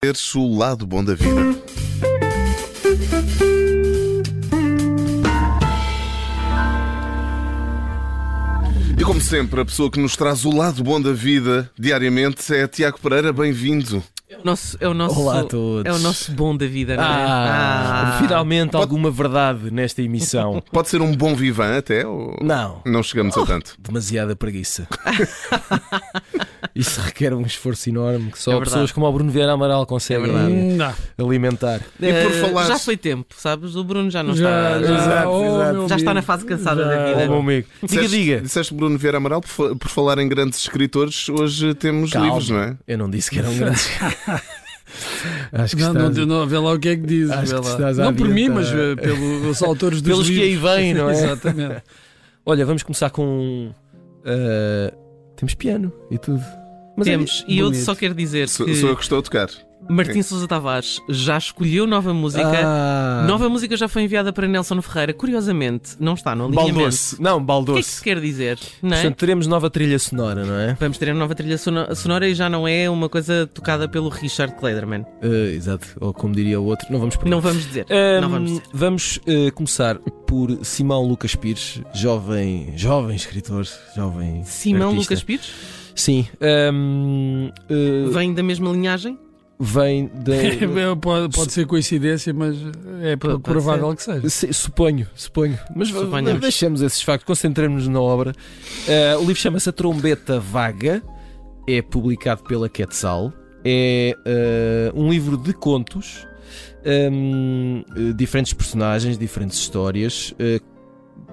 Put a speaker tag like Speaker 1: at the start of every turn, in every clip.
Speaker 1: Teres o lado bom da vida. E como sempre, a pessoa que nos traz o lado bom da vida diariamente é Tiago Pereira. Bem-vindo.
Speaker 2: É o nosso, é o nosso,
Speaker 3: Olá a todos.
Speaker 2: É o nosso bom da vida, não é?
Speaker 3: Ah,
Speaker 2: Ah.
Speaker 3: finalmente alguma verdade nesta emissão.
Speaker 1: Pode ser um bom vivan até? Ou...
Speaker 3: Não,
Speaker 1: Não chegamos a tanto.
Speaker 3: demasiada preguiça. Isso requer um esforço enorme que só
Speaker 2: É verdade. É
Speaker 3: pessoas como o Bruno Vieira Amaral conseguem alimentar.
Speaker 1: E por
Speaker 2: Eh,
Speaker 1: falar-
Speaker 2: Já foi tempo, sabes? O Bruno já não está.
Speaker 3: já- exato,
Speaker 4: oh,
Speaker 3: exato.
Speaker 2: já está na fase cansada da
Speaker 3: Oh, meu
Speaker 2: vida.
Speaker 3: amigo. Diga,
Speaker 1: Disseste-
Speaker 3: diga.
Speaker 1: Disseste Bruno Vieira Amaral, por, fa- por falar em grandes escritores, hoje temos
Speaker 3: Calma.
Speaker 1: livros, não é?
Speaker 3: Eu não disse que era um grande. Acho que
Speaker 4: Não,
Speaker 3: estás...
Speaker 4: não, não, não, vê lá o que é que diz.
Speaker 3: Acho
Speaker 4: vê
Speaker 3: que
Speaker 4: lá.
Speaker 3: estás a
Speaker 4: não por mim, mas
Speaker 3: adiantar.
Speaker 4: eh, pelos autores dos
Speaker 3: Pelos que aí
Speaker 4: livros.
Speaker 3: vêm, não é?
Speaker 4: Exatamente.
Speaker 3: Olha, vamos começar com. ah, temos piano e tudo. Mas é
Speaker 2: Temos. E eu
Speaker 3: bonito.
Speaker 2: só quero dizer
Speaker 1: Sou,
Speaker 2: que
Speaker 1: sou eu que estou a tocar.
Speaker 2: Martim Sousa Tavares já escolheu nova música.
Speaker 3: Ah,
Speaker 2: Nova música já foi enviada para Nelson Ferreira. Curiosamente, não está no alinhamento.
Speaker 3: Baldoce.
Speaker 2: O
Speaker 3: Não,
Speaker 2: que é
Speaker 3: baldoce.
Speaker 2: que se quer dizer? Não é?
Speaker 3: Portanto, teremos nova trilha sonora, não é?
Speaker 2: Vamos ter a nova trilha sono- sonora e já não é uma coisa tocada pelo Richard Clayderman.
Speaker 3: Ah, exato, ou como diria o outro, não vamos por aí.
Speaker 2: Não ehm, vamos dizer.
Speaker 3: Ahm,
Speaker 2: Não vamos dizer.
Speaker 3: vamos, ah, começar por Simão Lucas Pires, jovem, jovem escritor, jovem.
Speaker 2: Simão
Speaker 3: artista.
Speaker 2: Lucas Pires
Speaker 3: Sim,
Speaker 2: ehm,
Speaker 3: ahm, ah,
Speaker 2: vem da mesma linhagem?
Speaker 3: vem da.
Speaker 4: É, pode, pode ser coincidência, mas é
Speaker 2: Pode- pode
Speaker 4: provável que seja.
Speaker 3: Se- Suponho, suponho. Mas v-
Speaker 2: Suponhamos.
Speaker 3: deixemos esses factos, concentremos-nos na obra. Ah, o livro chama-se A Trombeta Vaga, é publicado pela Quetzal, é ah, um livro de contos, ahm, eh, diferentes personagens, diferentes histórias, eh,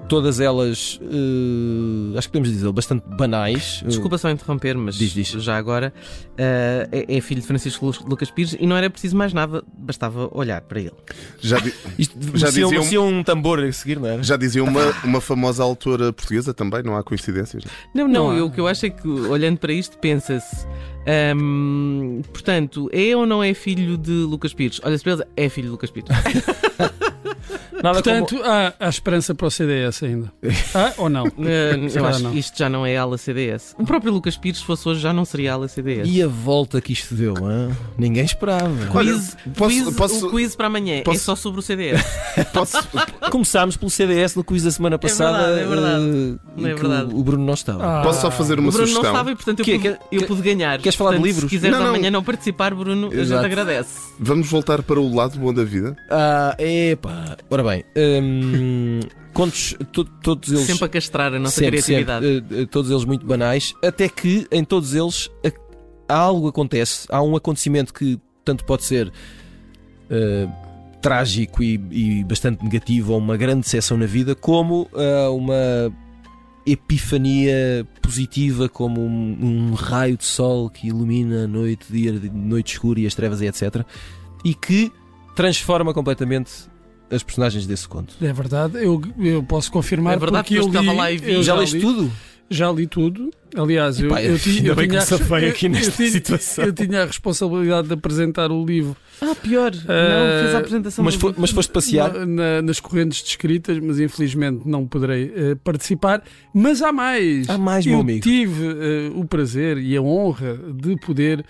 Speaker 3: todas elas, eh, acho que podemos dizer, bastante banais. Eh,
Speaker 2: Desculpa só interromper, mas
Speaker 3: Diz, diz.
Speaker 2: já agora eh, é, é filho de Francisco Lu- Lucas Pires e não era preciso mais nada, bastava olhar para ele.
Speaker 1: Já, di-
Speaker 3: Isto
Speaker 1: Já
Speaker 3: merecia,
Speaker 1: dizia um-
Speaker 3: merecia um tambor a seguir, não era?
Speaker 1: já dizia uma, uma famosa autora portuguesa também, não há coincidências. não é?
Speaker 2: Não, não,
Speaker 4: Não há.
Speaker 2: eu- o que eu acho é que olhando para isto pensa-se. hum, portanto, é ou não é filho de Lucas Pires? Olha-se para ele, é filho de Lucas Pires.
Speaker 3: Nada como-
Speaker 4: Portanto, há, há esperança para o CDS ainda. Há ou não?
Speaker 2: Eh,
Speaker 4: Se
Speaker 2: eu
Speaker 4: calhar
Speaker 2: acho
Speaker 4: não.
Speaker 2: que isto já não é ala CDS. O próprio Lucas Pires, se fosse hoje, já não seria ala CDS.
Speaker 3: E a volta que isto deu, hã? ninguém esperava.
Speaker 1: Olha,
Speaker 2: Quiz-
Speaker 1: posso-
Speaker 2: quiz-
Speaker 1: posso-
Speaker 2: o quiz para amanhã é
Speaker 1: posso-
Speaker 2: só sobre o CDS.
Speaker 1: Posso,
Speaker 3: Começámos pelo CDS no quiz da semana passada.
Speaker 2: É verdade, é verdade.
Speaker 3: eh,
Speaker 2: Não é
Speaker 3: que
Speaker 2: verdade.
Speaker 3: O o Bruno não estava.
Speaker 4: Ah,
Speaker 1: posso só fazer
Speaker 2: o
Speaker 1: uma
Speaker 2: Bruno não
Speaker 1: sugestão?
Speaker 2: estava e, portanto, eu,
Speaker 3: Que- é
Speaker 2: pude,
Speaker 3: que-
Speaker 2: eu pude ganhar.
Speaker 3: queres falar de
Speaker 2: Portanto,
Speaker 3: livros?
Speaker 2: Se quiseres
Speaker 1: Não, não.
Speaker 2: amanhã não participar, Bruno, a gente
Speaker 3: Exato.
Speaker 2: agradece.
Speaker 1: Vamos voltar para o lado bom da vida.
Speaker 3: Ah, epá. Ora bem, hum, contos, to- todos eles.
Speaker 2: Sempre a castrar a nossa
Speaker 3: sempre,
Speaker 2: criatividade.
Speaker 3: sempre, eh, eh, todos eles muito banais, até que em todos eles ac- há algo acontece, há um acontecimento que tanto pode ser eh, trágico e, e bastante negativo, ou uma grande decepção na vida, como ah, uma epifania positiva, como um, um raio de sol que ilumina a noite, dia, de noite escura e as trevas e etc. E que transforma completamente as personagens desse conto.
Speaker 4: É verdade, eu, eu posso confirmar
Speaker 2: É verdade,
Speaker 4: porque eu
Speaker 2: porque eu
Speaker 4: li,
Speaker 2: estava lá e vi.
Speaker 4: eu
Speaker 3: Já
Speaker 4: já,
Speaker 3: leste
Speaker 4: li,
Speaker 3: tudo?
Speaker 4: já li tudo. Aliás, eu,
Speaker 3: Epá,
Speaker 4: eu, ti-
Speaker 3: ainda
Speaker 4: eu
Speaker 3: bem que
Speaker 4: tinha,
Speaker 3: me safei
Speaker 4: eu-
Speaker 3: aqui nesta
Speaker 4: eu tinha-
Speaker 3: situação.
Speaker 4: eu tinha a responsabilidade de apresentar o livro
Speaker 2: Ah, pior.
Speaker 4: Ah,
Speaker 2: não, fiz a apresentação.
Speaker 3: Mas,
Speaker 2: do-
Speaker 3: fo- mas foste passear?
Speaker 4: Na- na- nas correntes descritas, mas infelizmente não poderei eh, participar. Mas há mais.
Speaker 3: Há mais, meu
Speaker 4: Eu
Speaker 3: amigo.
Speaker 4: tive eh, o prazer e a honra de poder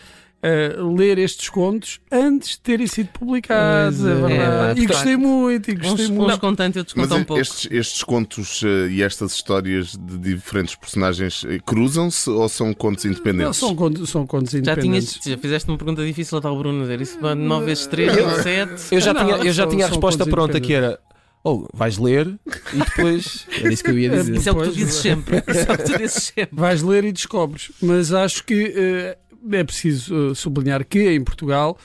Speaker 4: eh, ler estes contos antes de terem sido publicados.
Speaker 3: Pois
Speaker 4: é
Speaker 3: é.
Speaker 2: É, pá,
Speaker 4: verdade.
Speaker 2: de
Speaker 4: e gostei
Speaker 2: facto.
Speaker 4: muito, e gostei
Speaker 2: Uns,
Speaker 4: muito.
Speaker 2: uns contante, eu
Speaker 1: Mas é,
Speaker 2: desconto um pouco.
Speaker 1: estes, estes contos eh, e estas histórias de diferentes personagens eh, cruzam-se ou são contos
Speaker 4: Não,
Speaker 1: independentes?
Speaker 4: são, contos, são contos
Speaker 2: Já,
Speaker 4: independentes.
Speaker 2: tinhas, já fizeste uma pergunta difícil ao Bruno dizer isso. 9 vezes 3, 7.
Speaker 3: Eu já
Speaker 4: Não,
Speaker 3: tinha, eu já
Speaker 4: são-
Speaker 3: tinha a
Speaker 4: são
Speaker 3: resposta
Speaker 4: contos
Speaker 3: pronta que era. Ou vais ler e depois. Era isso que eu ia dizer.
Speaker 2: Isso é o que tu
Speaker 4: Pois,
Speaker 2: dizes
Speaker 4: é.
Speaker 2: sempre. Isso é o que tu dizes sempre.
Speaker 4: Vais ler e descobres. Mas acho que eh, é preciso eh, sublinhar que em Portugal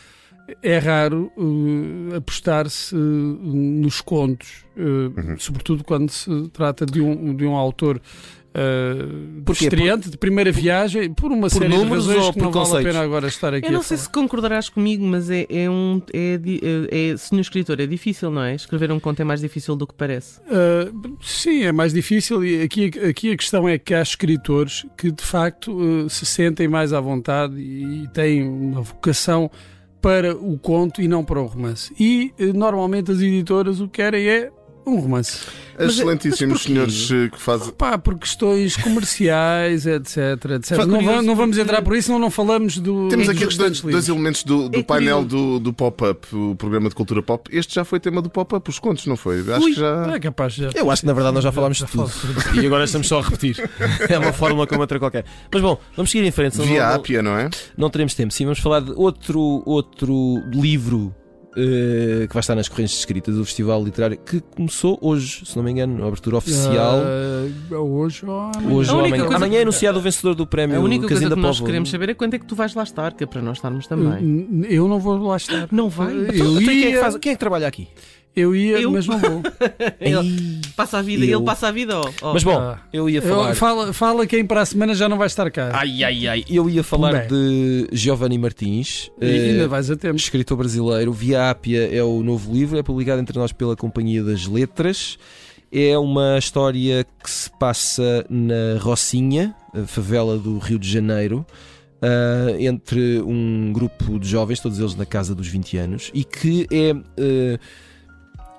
Speaker 4: é raro eh, apostar-se eh, nos contos, eh,
Speaker 3: Uhum.
Speaker 4: sobretudo quando se trata de um, de um autor. eh,
Speaker 3: Porquê?
Speaker 4: estreante de primeira viagem por uma
Speaker 3: Por
Speaker 4: série de
Speaker 3: números
Speaker 4: razões
Speaker 3: ou
Speaker 4: que
Speaker 3: por
Speaker 4: não vale a
Speaker 3: conceitos?
Speaker 4: pena agora estar aqui é
Speaker 2: Eu não
Speaker 4: a
Speaker 2: sei
Speaker 4: falar.
Speaker 2: se concordarás comigo, mas é, é um. É, di- é, é- senhor escritor, é difícil, não é? Escrever um conto é mais difícil do que parece.
Speaker 4: Ah, sim, é mais difícil e aqui, aqui a questão é que há escritores que de facto eh, se sentem mais à vontade e têm uma vocação para o conto e não para o romance. E eh, normalmente as ah, editoras o que querem é Um romance.
Speaker 2: Mas-
Speaker 1: Excelentíssimos
Speaker 2: mas porquê?
Speaker 1: senhores eh, que fazem.
Speaker 4: Pá, por questões comerciais, etc, etc.
Speaker 1: Fa-
Speaker 4: Não, va-
Speaker 2: curioso
Speaker 4: não vamos
Speaker 2: porque-
Speaker 4: entrar por isso, senão não falamos do.
Speaker 1: Temos
Speaker 4: dos
Speaker 1: aqui os dois,
Speaker 4: restantes livros.
Speaker 1: dois elementos do, do
Speaker 2: É
Speaker 1: painel
Speaker 2: curioso.
Speaker 1: do, do pop-up, o programa de cultura pop. Este já foi tema do pop-up, os contos, não foi? Acho
Speaker 2: Ui,
Speaker 1: que já.
Speaker 4: É capaz já.
Speaker 3: Eu acho que na verdade nós já falámos de tudo. E agora estamos só a repetir. É uma fórmula como outra qualquer. Mas bom, vamos seguir em frente. senão
Speaker 1: Via
Speaker 3: não-
Speaker 1: Ápia, não é?
Speaker 3: Não teremos tempo, sim. Vamos falar de outro, outro livro eh, que vai estar nas correntes de escrita do Festival Literário que começou hoje, se não me engano, a abertura oficial.
Speaker 4: Ah, hoje ou amanhã.
Speaker 3: Hoje
Speaker 2: A
Speaker 3: ou
Speaker 2: única
Speaker 3: amanhã.
Speaker 2: coisa-
Speaker 3: Amanhã é anunciado o vencedor do prémio
Speaker 2: A única coisa
Speaker 3: Casinda
Speaker 2: que nós
Speaker 3: Povo.
Speaker 2: queremos saber é quando é que tu vais lá estar, que é para nós estarmos também.
Speaker 4: N- Eu não vou lá estar.
Speaker 2: Não vai?
Speaker 4: Eu
Speaker 3: Então, quem, é que
Speaker 4: ia-
Speaker 3: faz- quem é que trabalha aqui?
Speaker 4: Eu ia,
Speaker 2: Eu?
Speaker 4: mas não vou.
Speaker 3: Ei.
Speaker 2: Passa a vida,
Speaker 3: Eu-
Speaker 2: ele passa a vida, ó. ó. É,
Speaker 3: Mas bom,
Speaker 4: Ah.
Speaker 3: eu ia
Speaker 4: Eu-
Speaker 3: falar.
Speaker 4: fala, fala quem para a semana já não vai estar cá.
Speaker 3: Ai, ai, ai. Eu ia falar
Speaker 4: Bem.
Speaker 3: de Giovanni Martins.
Speaker 4: E
Speaker 3: eh,
Speaker 4: ainda vais a tempo.
Speaker 3: Escritor brasileiro, Via Ápia é o novo livro, é publicado entre nós pela Companhia das Letras. É uma história que se passa na Rocinha, a favela do Rio de Janeiro, ah, entre um grupo de jovens, todos eles na casa dos 20 anos, e que é. eh,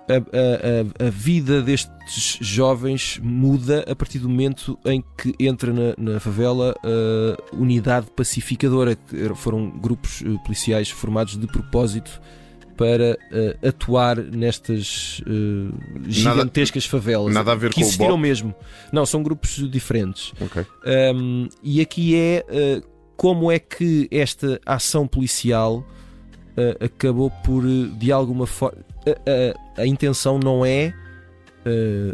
Speaker 3: a, a- a- a vida destes jovens muda a partir do momento em que entra na, na favela a unidade pacificadora, que era- foram grupos eh, policiais formados de propósito para eh, atuar nestas eh, gigantescas favelas.
Speaker 1: Nada a ver
Speaker 3: que
Speaker 1: com o
Speaker 3: existiram
Speaker 1: Bop.
Speaker 3: mesmo. Não, são grupos diferentes.
Speaker 1: Ok.
Speaker 3: Um, e aqui é uh, como é que esta ação policial uh, acabou por, uh, de alguma forma. A, a- a intenção não é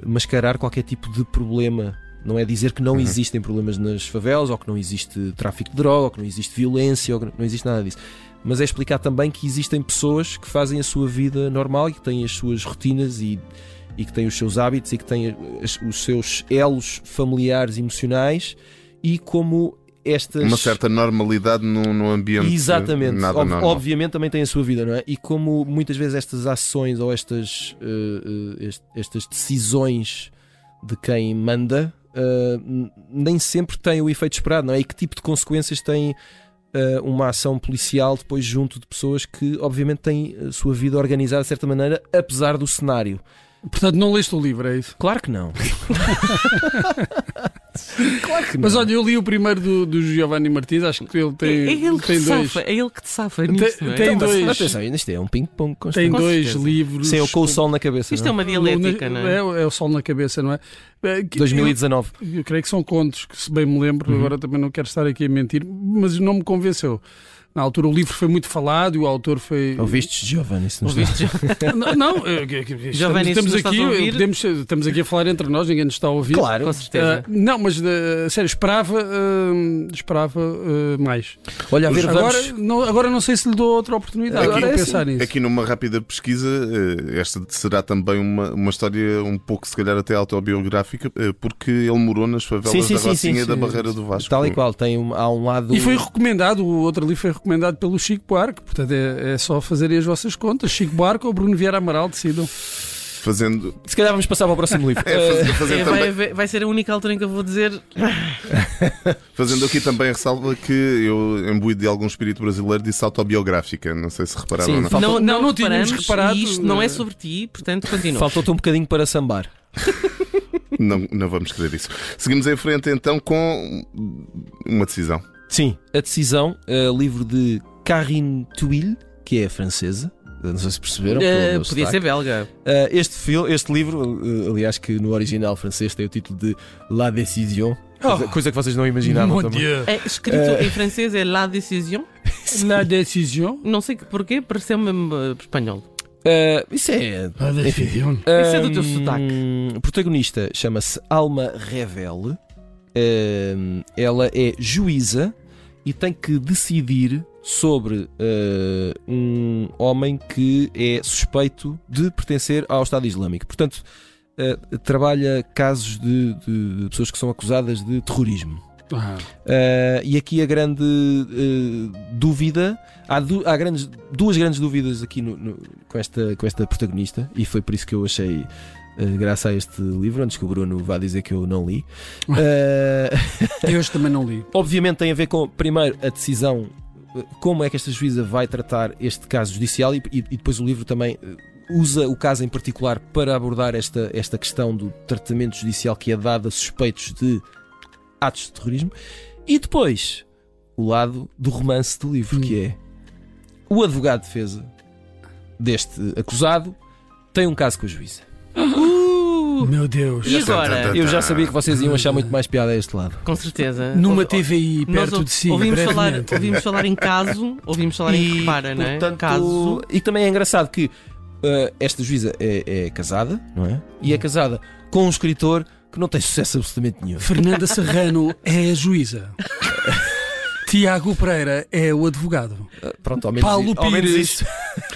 Speaker 3: uh, mascarar qualquer tipo de problema. Não é dizer que não
Speaker 1: Uhum.
Speaker 3: existem problemas nas favelas, ou que não existe tráfico de droga, ou que não existe violência, ou que não existe nada disso. Mas é explicar também que existem pessoas que fazem a sua vida normal e que têm as suas rotinas e e que tem os seus hábitos e que tem as- os seus elos familiares emocionais e como estas
Speaker 1: Uma certa normalidade no, no ambiente.
Speaker 3: Exatamente,
Speaker 1: Nada
Speaker 3: Ob-
Speaker 1: normal.
Speaker 3: obviamente também tem a sua vida, não é? E como muitas vezes estas ações ou estas, eh, eh, est- estas decisões de quem manda eh, n- nem sempre têm o efeito esperado, não é? E que tipo de consequências tem eh, uma ação policial depois junto de pessoas que, obviamente, têm a sua vida organizada de certa maneira, apesar do cenário?
Speaker 4: Portanto, não leste o livro, é isso?
Speaker 3: Claro que não. claro que não.
Speaker 4: Mas olha, eu li o primeiro do, do Giovanni Martins, acho que ele
Speaker 2: é,
Speaker 4: tem,
Speaker 2: é ele que
Speaker 4: tem
Speaker 2: te
Speaker 4: dois.
Speaker 2: safa, é ele que te safa nisto, não é?
Speaker 4: tem-
Speaker 3: mas-
Speaker 4: dois.
Speaker 3: Atenção, isto é um ping-pong
Speaker 4: Tem
Speaker 3: constante.
Speaker 2: Com
Speaker 4: dois
Speaker 2: certeza.
Speaker 4: livros.
Speaker 3: Sim, eu com o sol na cabeça.
Speaker 2: Isto é
Speaker 3: não
Speaker 2: uma dialética, não é?
Speaker 4: É, o sol na cabeça, não é? É, que-
Speaker 3: 2019.
Speaker 4: Eu, eu creio que são contos, que se bem me lembro,
Speaker 3: Uhum.
Speaker 4: agora também não quero estar aqui a mentir, mas não me convenceu. Na altura o livro foi muito falado e o autor foi.
Speaker 3: Ouviste, Giovanni? Se nos
Speaker 2: Ouviste?
Speaker 4: Não, não eh, que- que- estamos,
Speaker 2: é? Giovanni, se
Speaker 4: estamos
Speaker 2: nos estás
Speaker 4: aqui,
Speaker 2: a ouvir-
Speaker 4: podemos- estamos aqui a falar entre nós, ninguém nos está a ouvir.
Speaker 3: Claro.
Speaker 2: Com
Speaker 4: Ah,
Speaker 2: certeza.
Speaker 4: não, mas eh, sério, esperava, eh, esperava eh, mais.
Speaker 3: Olha, a ver, vamos.
Speaker 4: Agora não, agora não sei se lhe dou outra oportunidade.
Speaker 1: Aqui-
Speaker 4: Agora é pensar nisso.
Speaker 1: Aqui numa rápida pesquisa, eh, esta será também uma, uma história um pouco, se calhar, até autobiográfica, eh, porque ele morou nas favelas
Speaker 3: Sim, sim,
Speaker 1: da
Speaker 3: sim,
Speaker 1: Rocinha
Speaker 3: sim,
Speaker 1: e da
Speaker 3: sim.
Speaker 1: Barreira do Vasco.
Speaker 3: Tal e qual, tem um, há um lado.
Speaker 4: E foi recomendado, o outro ali foi recomendado pelo Chico Buarque, portanto é, é só fazerem as vossas contas. Chico Buarque ou Bruno Vieira Amaral decidam.
Speaker 1: Fazendo.
Speaker 3: Se calhar vamos passar para o próximo livro.
Speaker 1: É, faz- fazendo
Speaker 2: É,
Speaker 1: também-
Speaker 2: vai, haver- vai ser a única altura em que eu vou dizer.
Speaker 1: Fazendo aqui também a ressalva que eu, imbuído de algum espírito brasileiro, disse autobiográfica. Não sei se repararam
Speaker 3: Sim,
Speaker 1: ou não.
Speaker 3: Falta-
Speaker 2: não, não,
Speaker 4: não
Speaker 2: reparamos,
Speaker 4: tínhamos reparado,
Speaker 2: e isto não é
Speaker 4: eh,
Speaker 2: sobre ti, portanto continua.
Speaker 3: Faltou-te um bocadinho para sambar.
Speaker 1: não. Não vamos querer isso. Seguimos em frente então com uma decisão.
Speaker 3: Sim. A decisão, eh, livro de Karine Tuil, que é francesa. Não sei se perceberam. um pelo
Speaker 2: Eh,
Speaker 3: meu
Speaker 2: podia
Speaker 3: sotaque.
Speaker 2: ser belga.
Speaker 3: Uh, este, fil- este livro, uh, aliás, que no original francês tem o título de La Décision, coisa, coisa que vocês não imaginavam também.
Speaker 2: É escrito
Speaker 3: Eh.
Speaker 2: em francês é La Décision.
Speaker 4: La décision.
Speaker 2: Não sei que porquê, pareceu-me eh, espanhol.
Speaker 3: Uh, isso é.
Speaker 4: La décision.
Speaker 2: Isso é do teu
Speaker 3: Um, O protagonista chama-se Alma Revel. Um, ela é juíza e tem que decidir sobre uh, um homem que é suspeito de pertencer ao Estado Islâmico. Portanto, uh, trabalha casos de- de- de pessoas que são acusadas de terrorismo.
Speaker 4: Ah,
Speaker 3: Uh, e aqui a grande uh, dúvida, há, du- há grandes, duas grandes dúvidas aqui no- no- com, esta, com esta protagonista, e foi por isso que eu achei uh, graça a este livro, antes que o Bruno vá dizer que eu não li. Uh,
Speaker 4: eu hoje também não li.
Speaker 3: obviamente tem a ver com, primeiro, a eh, decisão, uh, como é que esta juíza vai tratar este caso judicial, e, e- e depois o livro também uh, usa o caso em particular para abordar esta, esta questão do tratamento judicial que é dado a suspeitos de atos de terrorismo. E depois, o lado do romance do livro, que é o advogado de defesa deste acusado tem um caso com a juíza.
Speaker 2: Uh,
Speaker 4: Meu Deus.
Speaker 2: e agora?
Speaker 3: Eu
Speaker 1: Tá.
Speaker 3: já sabia que vocês iam achar muito mais piada a este lado.
Speaker 2: Com certeza.
Speaker 4: Numa
Speaker 2: Ouvi-
Speaker 4: TVI
Speaker 2: nós
Speaker 4: perto
Speaker 2: ou-
Speaker 4: de si.
Speaker 2: Ouvimos falar,
Speaker 4: brevemente.
Speaker 2: ouvimos falar em caso, ouvimos falar em repara, não é?
Speaker 3: portanto,
Speaker 2: Caso.
Speaker 3: E também é engraçado que ah, esta juíza é, é casada, não é? E
Speaker 2: Hum.
Speaker 3: é casada com um escritor que não tem sucesso absolutamente nenhum.
Speaker 4: Fernanda Serrano é a juíza. Tiago Pereira é o advogado.
Speaker 3: Ah, Pronto, ao menos,
Speaker 4: Paulo
Speaker 3: ao menos
Speaker 4: Pires.
Speaker 3: isso.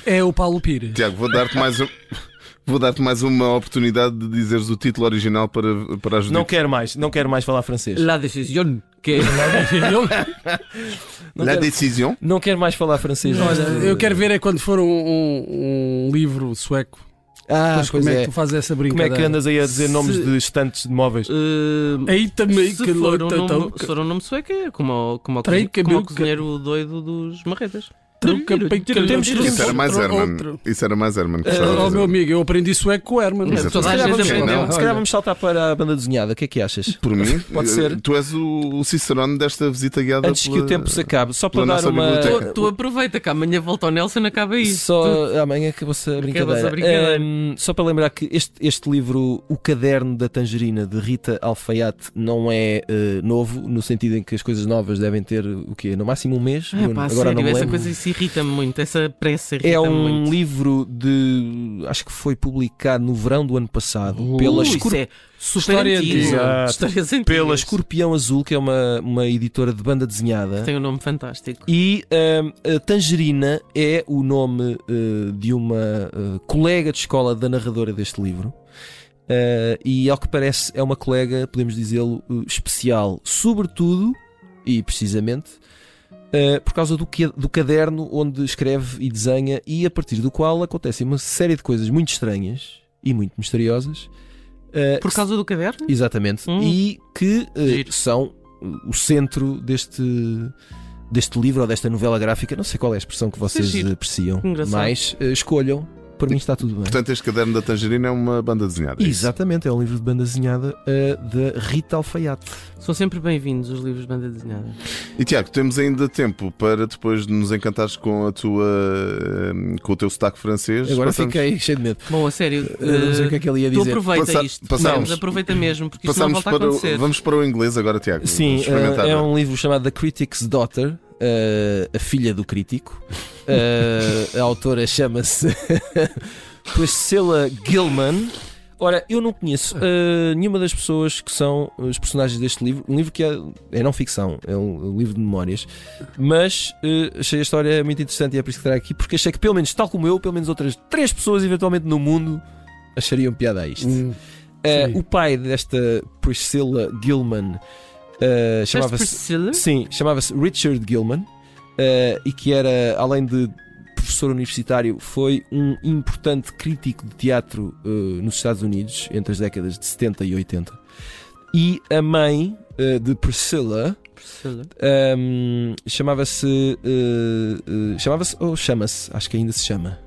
Speaker 4: É o Paulo Pires.
Speaker 1: Tiago, vou dar-te mais um- Vou dar-te mais uma oportunidade de dizeres o título original para, para a
Speaker 3: Não
Speaker 1: Judite.
Speaker 3: quero mais, não quero mais falar francês.
Speaker 2: La decisión. Que
Speaker 3: Não
Speaker 1: La
Speaker 3: quero-
Speaker 1: Décision.
Speaker 3: Não quero mais falar francês. Eh,
Speaker 4: Olha,
Speaker 3: neste-
Speaker 4: eu quero ver é quando for um, um- um livro sueco.
Speaker 3: Ah,
Speaker 4: Mas
Speaker 3: pois
Speaker 4: como é. que
Speaker 3: é.
Speaker 4: tu fazes essa
Speaker 3: Como é
Speaker 4: brincadeira?
Speaker 3: que andas aí a dizer
Speaker 2: Se-
Speaker 3: nomes de estantes de móveis?
Speaker 2: eh,
Speaker 4: Aí também que
Speaker 2: se for um
Speaker 4: louca,
Speaker 2: nome,
Speaker 4: touca,
Speaker 2: se for um nome sueco, é como, o- como, o
Speaker 4: Trem,
Speaker 2: cozi- como o
Speaker 4: cabelo,
Speaker 2: cozinheiro doido dos marretas.
Speaker 4: touca, peica,
Speaker 3: Temos-
Speaker 4: louca.
Speaker 3: temos-
Speaker 1: Isso era mais
Speaker 4: Outro,
Speaker 1: Herman.
Speaker 4: outro.
Speaker 1: Isso era mais Herman. que
Speaker 3: Eh,
Speaker 1: estava a
Speaker 4: Oh,
Speaker 1: dizer.
Speaker 4: meu amigo, eu aprendi sueco com o Herman. Então,
Speaker 1: Mas
Speaker 2: Toda a
Speaker 1: Se
Speaker 2: gente
Speaker 1: calhar
Speaker 3: vamos,
Speaker 1: aprendeu.
Speaker 2: aprendeu.
Speaker 1: Não.
Speaker 3: se
Speaker 4: um
Speaker 3: calhar vamos saltar para a banda desenhada. O que é que achas?
Speaker 1: Por mim,
Speaker 3: Pode
Speaker 1: eh,
Speaker 3: ser.
Speaker 1: tu és o, o Cicerone desta visita guiada
Speaker 3: Antes que
Speaker 1: pela-
Speaker 3: o tempo se acabe, só para
Speaker 1: pela
Speaker 3: dar
Speaker 1: nossa
Speaker 3: uma.
Speaker 1: biblioteca.
Speaker 2: Tu, tu aproveita que amanhã volta ao Nelson e acaba aí.
Speaker 3: Só amanhã acabou-se a brincadeira.
Speaker 2: a brincadeira.
Speaker 3: Ahm, só para lembrar que este, este livro, O Caderno da Tangerina, de Rita Alfaiate, não é eh, novo, no sentido em que as coisas novas devem ter o quê? No máximo um mês?
Speaker 2: Ah,
Speaker 3: Bruno?
Speaker 2: pá,
Speaker 3: Agora
Speaker 2: sério,
Speaker 3: não me
Speaker 2: essa
Speaker 3: lembro.
Speaker 2: coisa isso irrita-me muito, essa pressa irrita-me
Speaker 3: É um
Speaker 2: muito.
Speaker 3: livro de. Acho que foi publicado no verão do ano passado
Speaker 4: Ui,
Speaker 3: pela,
Speaker 2: Ui,
Speaker 3: Escor-
Speaker 2: isso é super
Speaker 4: História
Speaker 2: antigo.
Speaker 3: antiga.
Speaker 2: Histórias antigas.
Speaker 3: pela Escorpião Azul, que é uma, uma editora de banda desenhada.
Speaker 2: Tem um nome fantástico.
Speaker 3: E hum, a Tangerina é o nome eh, de uma eh, colega de escola da narradora deste livro. Eh, e ao que parece é uma colega, podemos dizê-lo, eh, especial, sobretudo e precisamente eh, por causa do, que- do caderno onde escreve e desenha e a partir do qual acontecem uma série de coisas muito estranhas e muito misteriosas. eh,
Speaker 2: Por causa do caderno?
Speaker 3: Exatamente.
Speaker 2: Hum.
Speaker 3: E que eh,
Speaker 2: Giro.
Speaker 3: são eh, o centro deste, deste livro ou desta novela gráfica. Não sei qual é a expressão que vocês
Speaker 2: giro.
Speaker 3: apreciam,
Speaker 2: Engraçado.
Speaker 3: mas eh, escolham. Para mim está tudo bem.
Speaker 1: Portanto, este caderno da Tangerina é uma banda desenhada. é isso?
Speaker 3: Exatamente, é um livro de banda desenhada eh, da Rita Alfaiate.
Speaker 2: São sempre bem-vindos os livros de banda desenhada.
Speaker 1: E Tiago, temos ainda tempo para depois de nos encantares com a tua eh, com o teu sotaque francês.
Speaker 3: Agora
Speaker 1: Passamos-
Speaker 3: fiquei cheio de medo.
Speaker 2: Bom, a sério,
Speaker 3: Eh, não sei o
Speaker 2: eh,
Speaker 3: que é que ele ia
Speaker 2: tu
Speaker 3: dizer.
Speaker 2: aproveita
Speaker 1: Passa-
Speaker 2: isto.
Speaker 1: passamos-
Speaker 2: Não, aproveita mesmo, porque isto não
Speaker 1: Passamos
Speaker 2: volta a
Speaker 1: para o,
Speaker 2: acontecer.
Speaker 1: vamos para o inglês agora, Tiago.
Speaker 3: Sim,
Speaker 1: Experimentar.
Speaker 3: eh, é um livro chamado The Critic's Daughter, eh, a filha do crítico. Eh, a autora chama-se Priscilla Gilman. Ora, eu não conheço eh, nenhuma das pessoas que são os personagens deste livro. Um livro que é, é não ficção, é um livro de memórias. Mas eh, achei a história muito interessante e é por isso que trago aqui, porque achei que, pelo menos, tal como eu, pelo menos outras três pessoas, eventualmente no mundo, achariam piada a isto.
Speaker 4: Hum.
Speaker 3: Eh,
Speaker 4: Sim.
Speaker 3: o pai desta Priscilla Gilman eh,
Speaker 2: Disseste
Speaker 3: chamava-se
Speaker 2: Priscilla?
Speaker 3: sim chamava-se Richard Gilman eh, e que era além de professor universitário foi um importante crítico de teatro eh, nos Estados Unidos entre as décadas de 70 e 80 e a mãe eh, de Priscilla
Speaker 2: Priscilla.
Speaker 3: ehm, chamava-se eh, eh, chamava-se ou chama-se acho que ainda se chama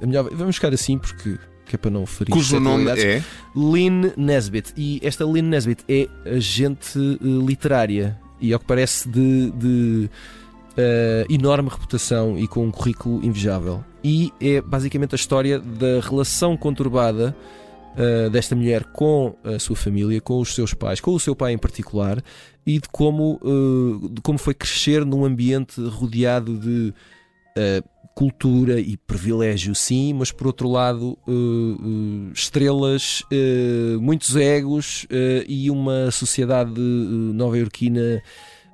Speaker 3: É melhor vamos ficar assim porque que é para não ferir
Speaker 1: Cujo nome
Speaker 3: suscetibilidades.
Speaker 1: é.
Speaker 3: Lynn Nesbitt. E esta Lynn Nesbitt é agente eh, literária e, ao que parece, de, de, eh, enorme reputação e com um currículo invejável. E é basicamente a história da relação conturbada eh, desta mulher com a sua família, com os seus pais, com o seu pai em particular, e de como, eh, de como foi crescer num ambiente rodeado de. eh, cultura e privilégio, sim, mas por outro lado, eh, eh, estrelas, eh, muitos egos eh, e uma sociedade eh, nova-iorquina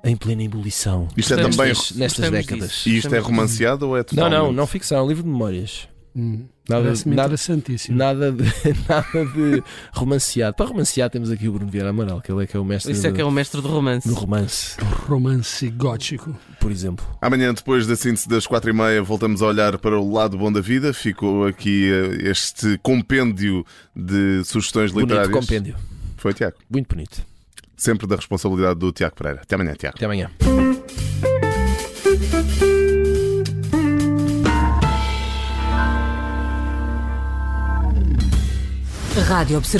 Speaker 3: em plena ebulição.
Speaker 1: Isto é
Speaker 2: Gostamos
Speaker 1: também.
Speaker 3: disso. nestas
Speaker 2: Gostamos
Speaker 3: décadas.
Speaker 2: disso.
Speaker 1: E isto é
Speaker 2: Gostamos
Speaker 1: romanceado ou é
Speaker 3: Não,
Speaker 1: totalmente?
Speaker 3: não, não ficção, é um livro de memórias.
Speaker 4: Hum.
Speaker 3: Nada,
Speaker 4: Parece-me
Speaker 3: nada,
Speaker 4: interessantíssimo.
Speaker 3: nada, de, nada de romanceado. Para romancear temos aqui o Bruno Vieira Amaral, que ele é que é o mestre
Speaker 2: Isso é que é o mestre do romance.
Speaker 3: do romance,
Speaker 4: Romance gótico.
Speaker 3: por exemplo.
Speaker 1: Amanhã, depois da síntese das quatro e meia, voltamos a olhar para o lado bom da vida. Ficou aqui eh, este compêndio de sugestões
Speaker 3: Bonito
Speaker 1: literárias.
Speaker 3: compêndio.
Speaker 1: Foi Tiago.
Speaker 3: Muito bonito.
Speaker 1: Sempre da responsabilidade do Tiago Pereira. Até amanhã, Tiago.
Speaker 3: Até amanhã.
Speaker 5: Rádio Observador.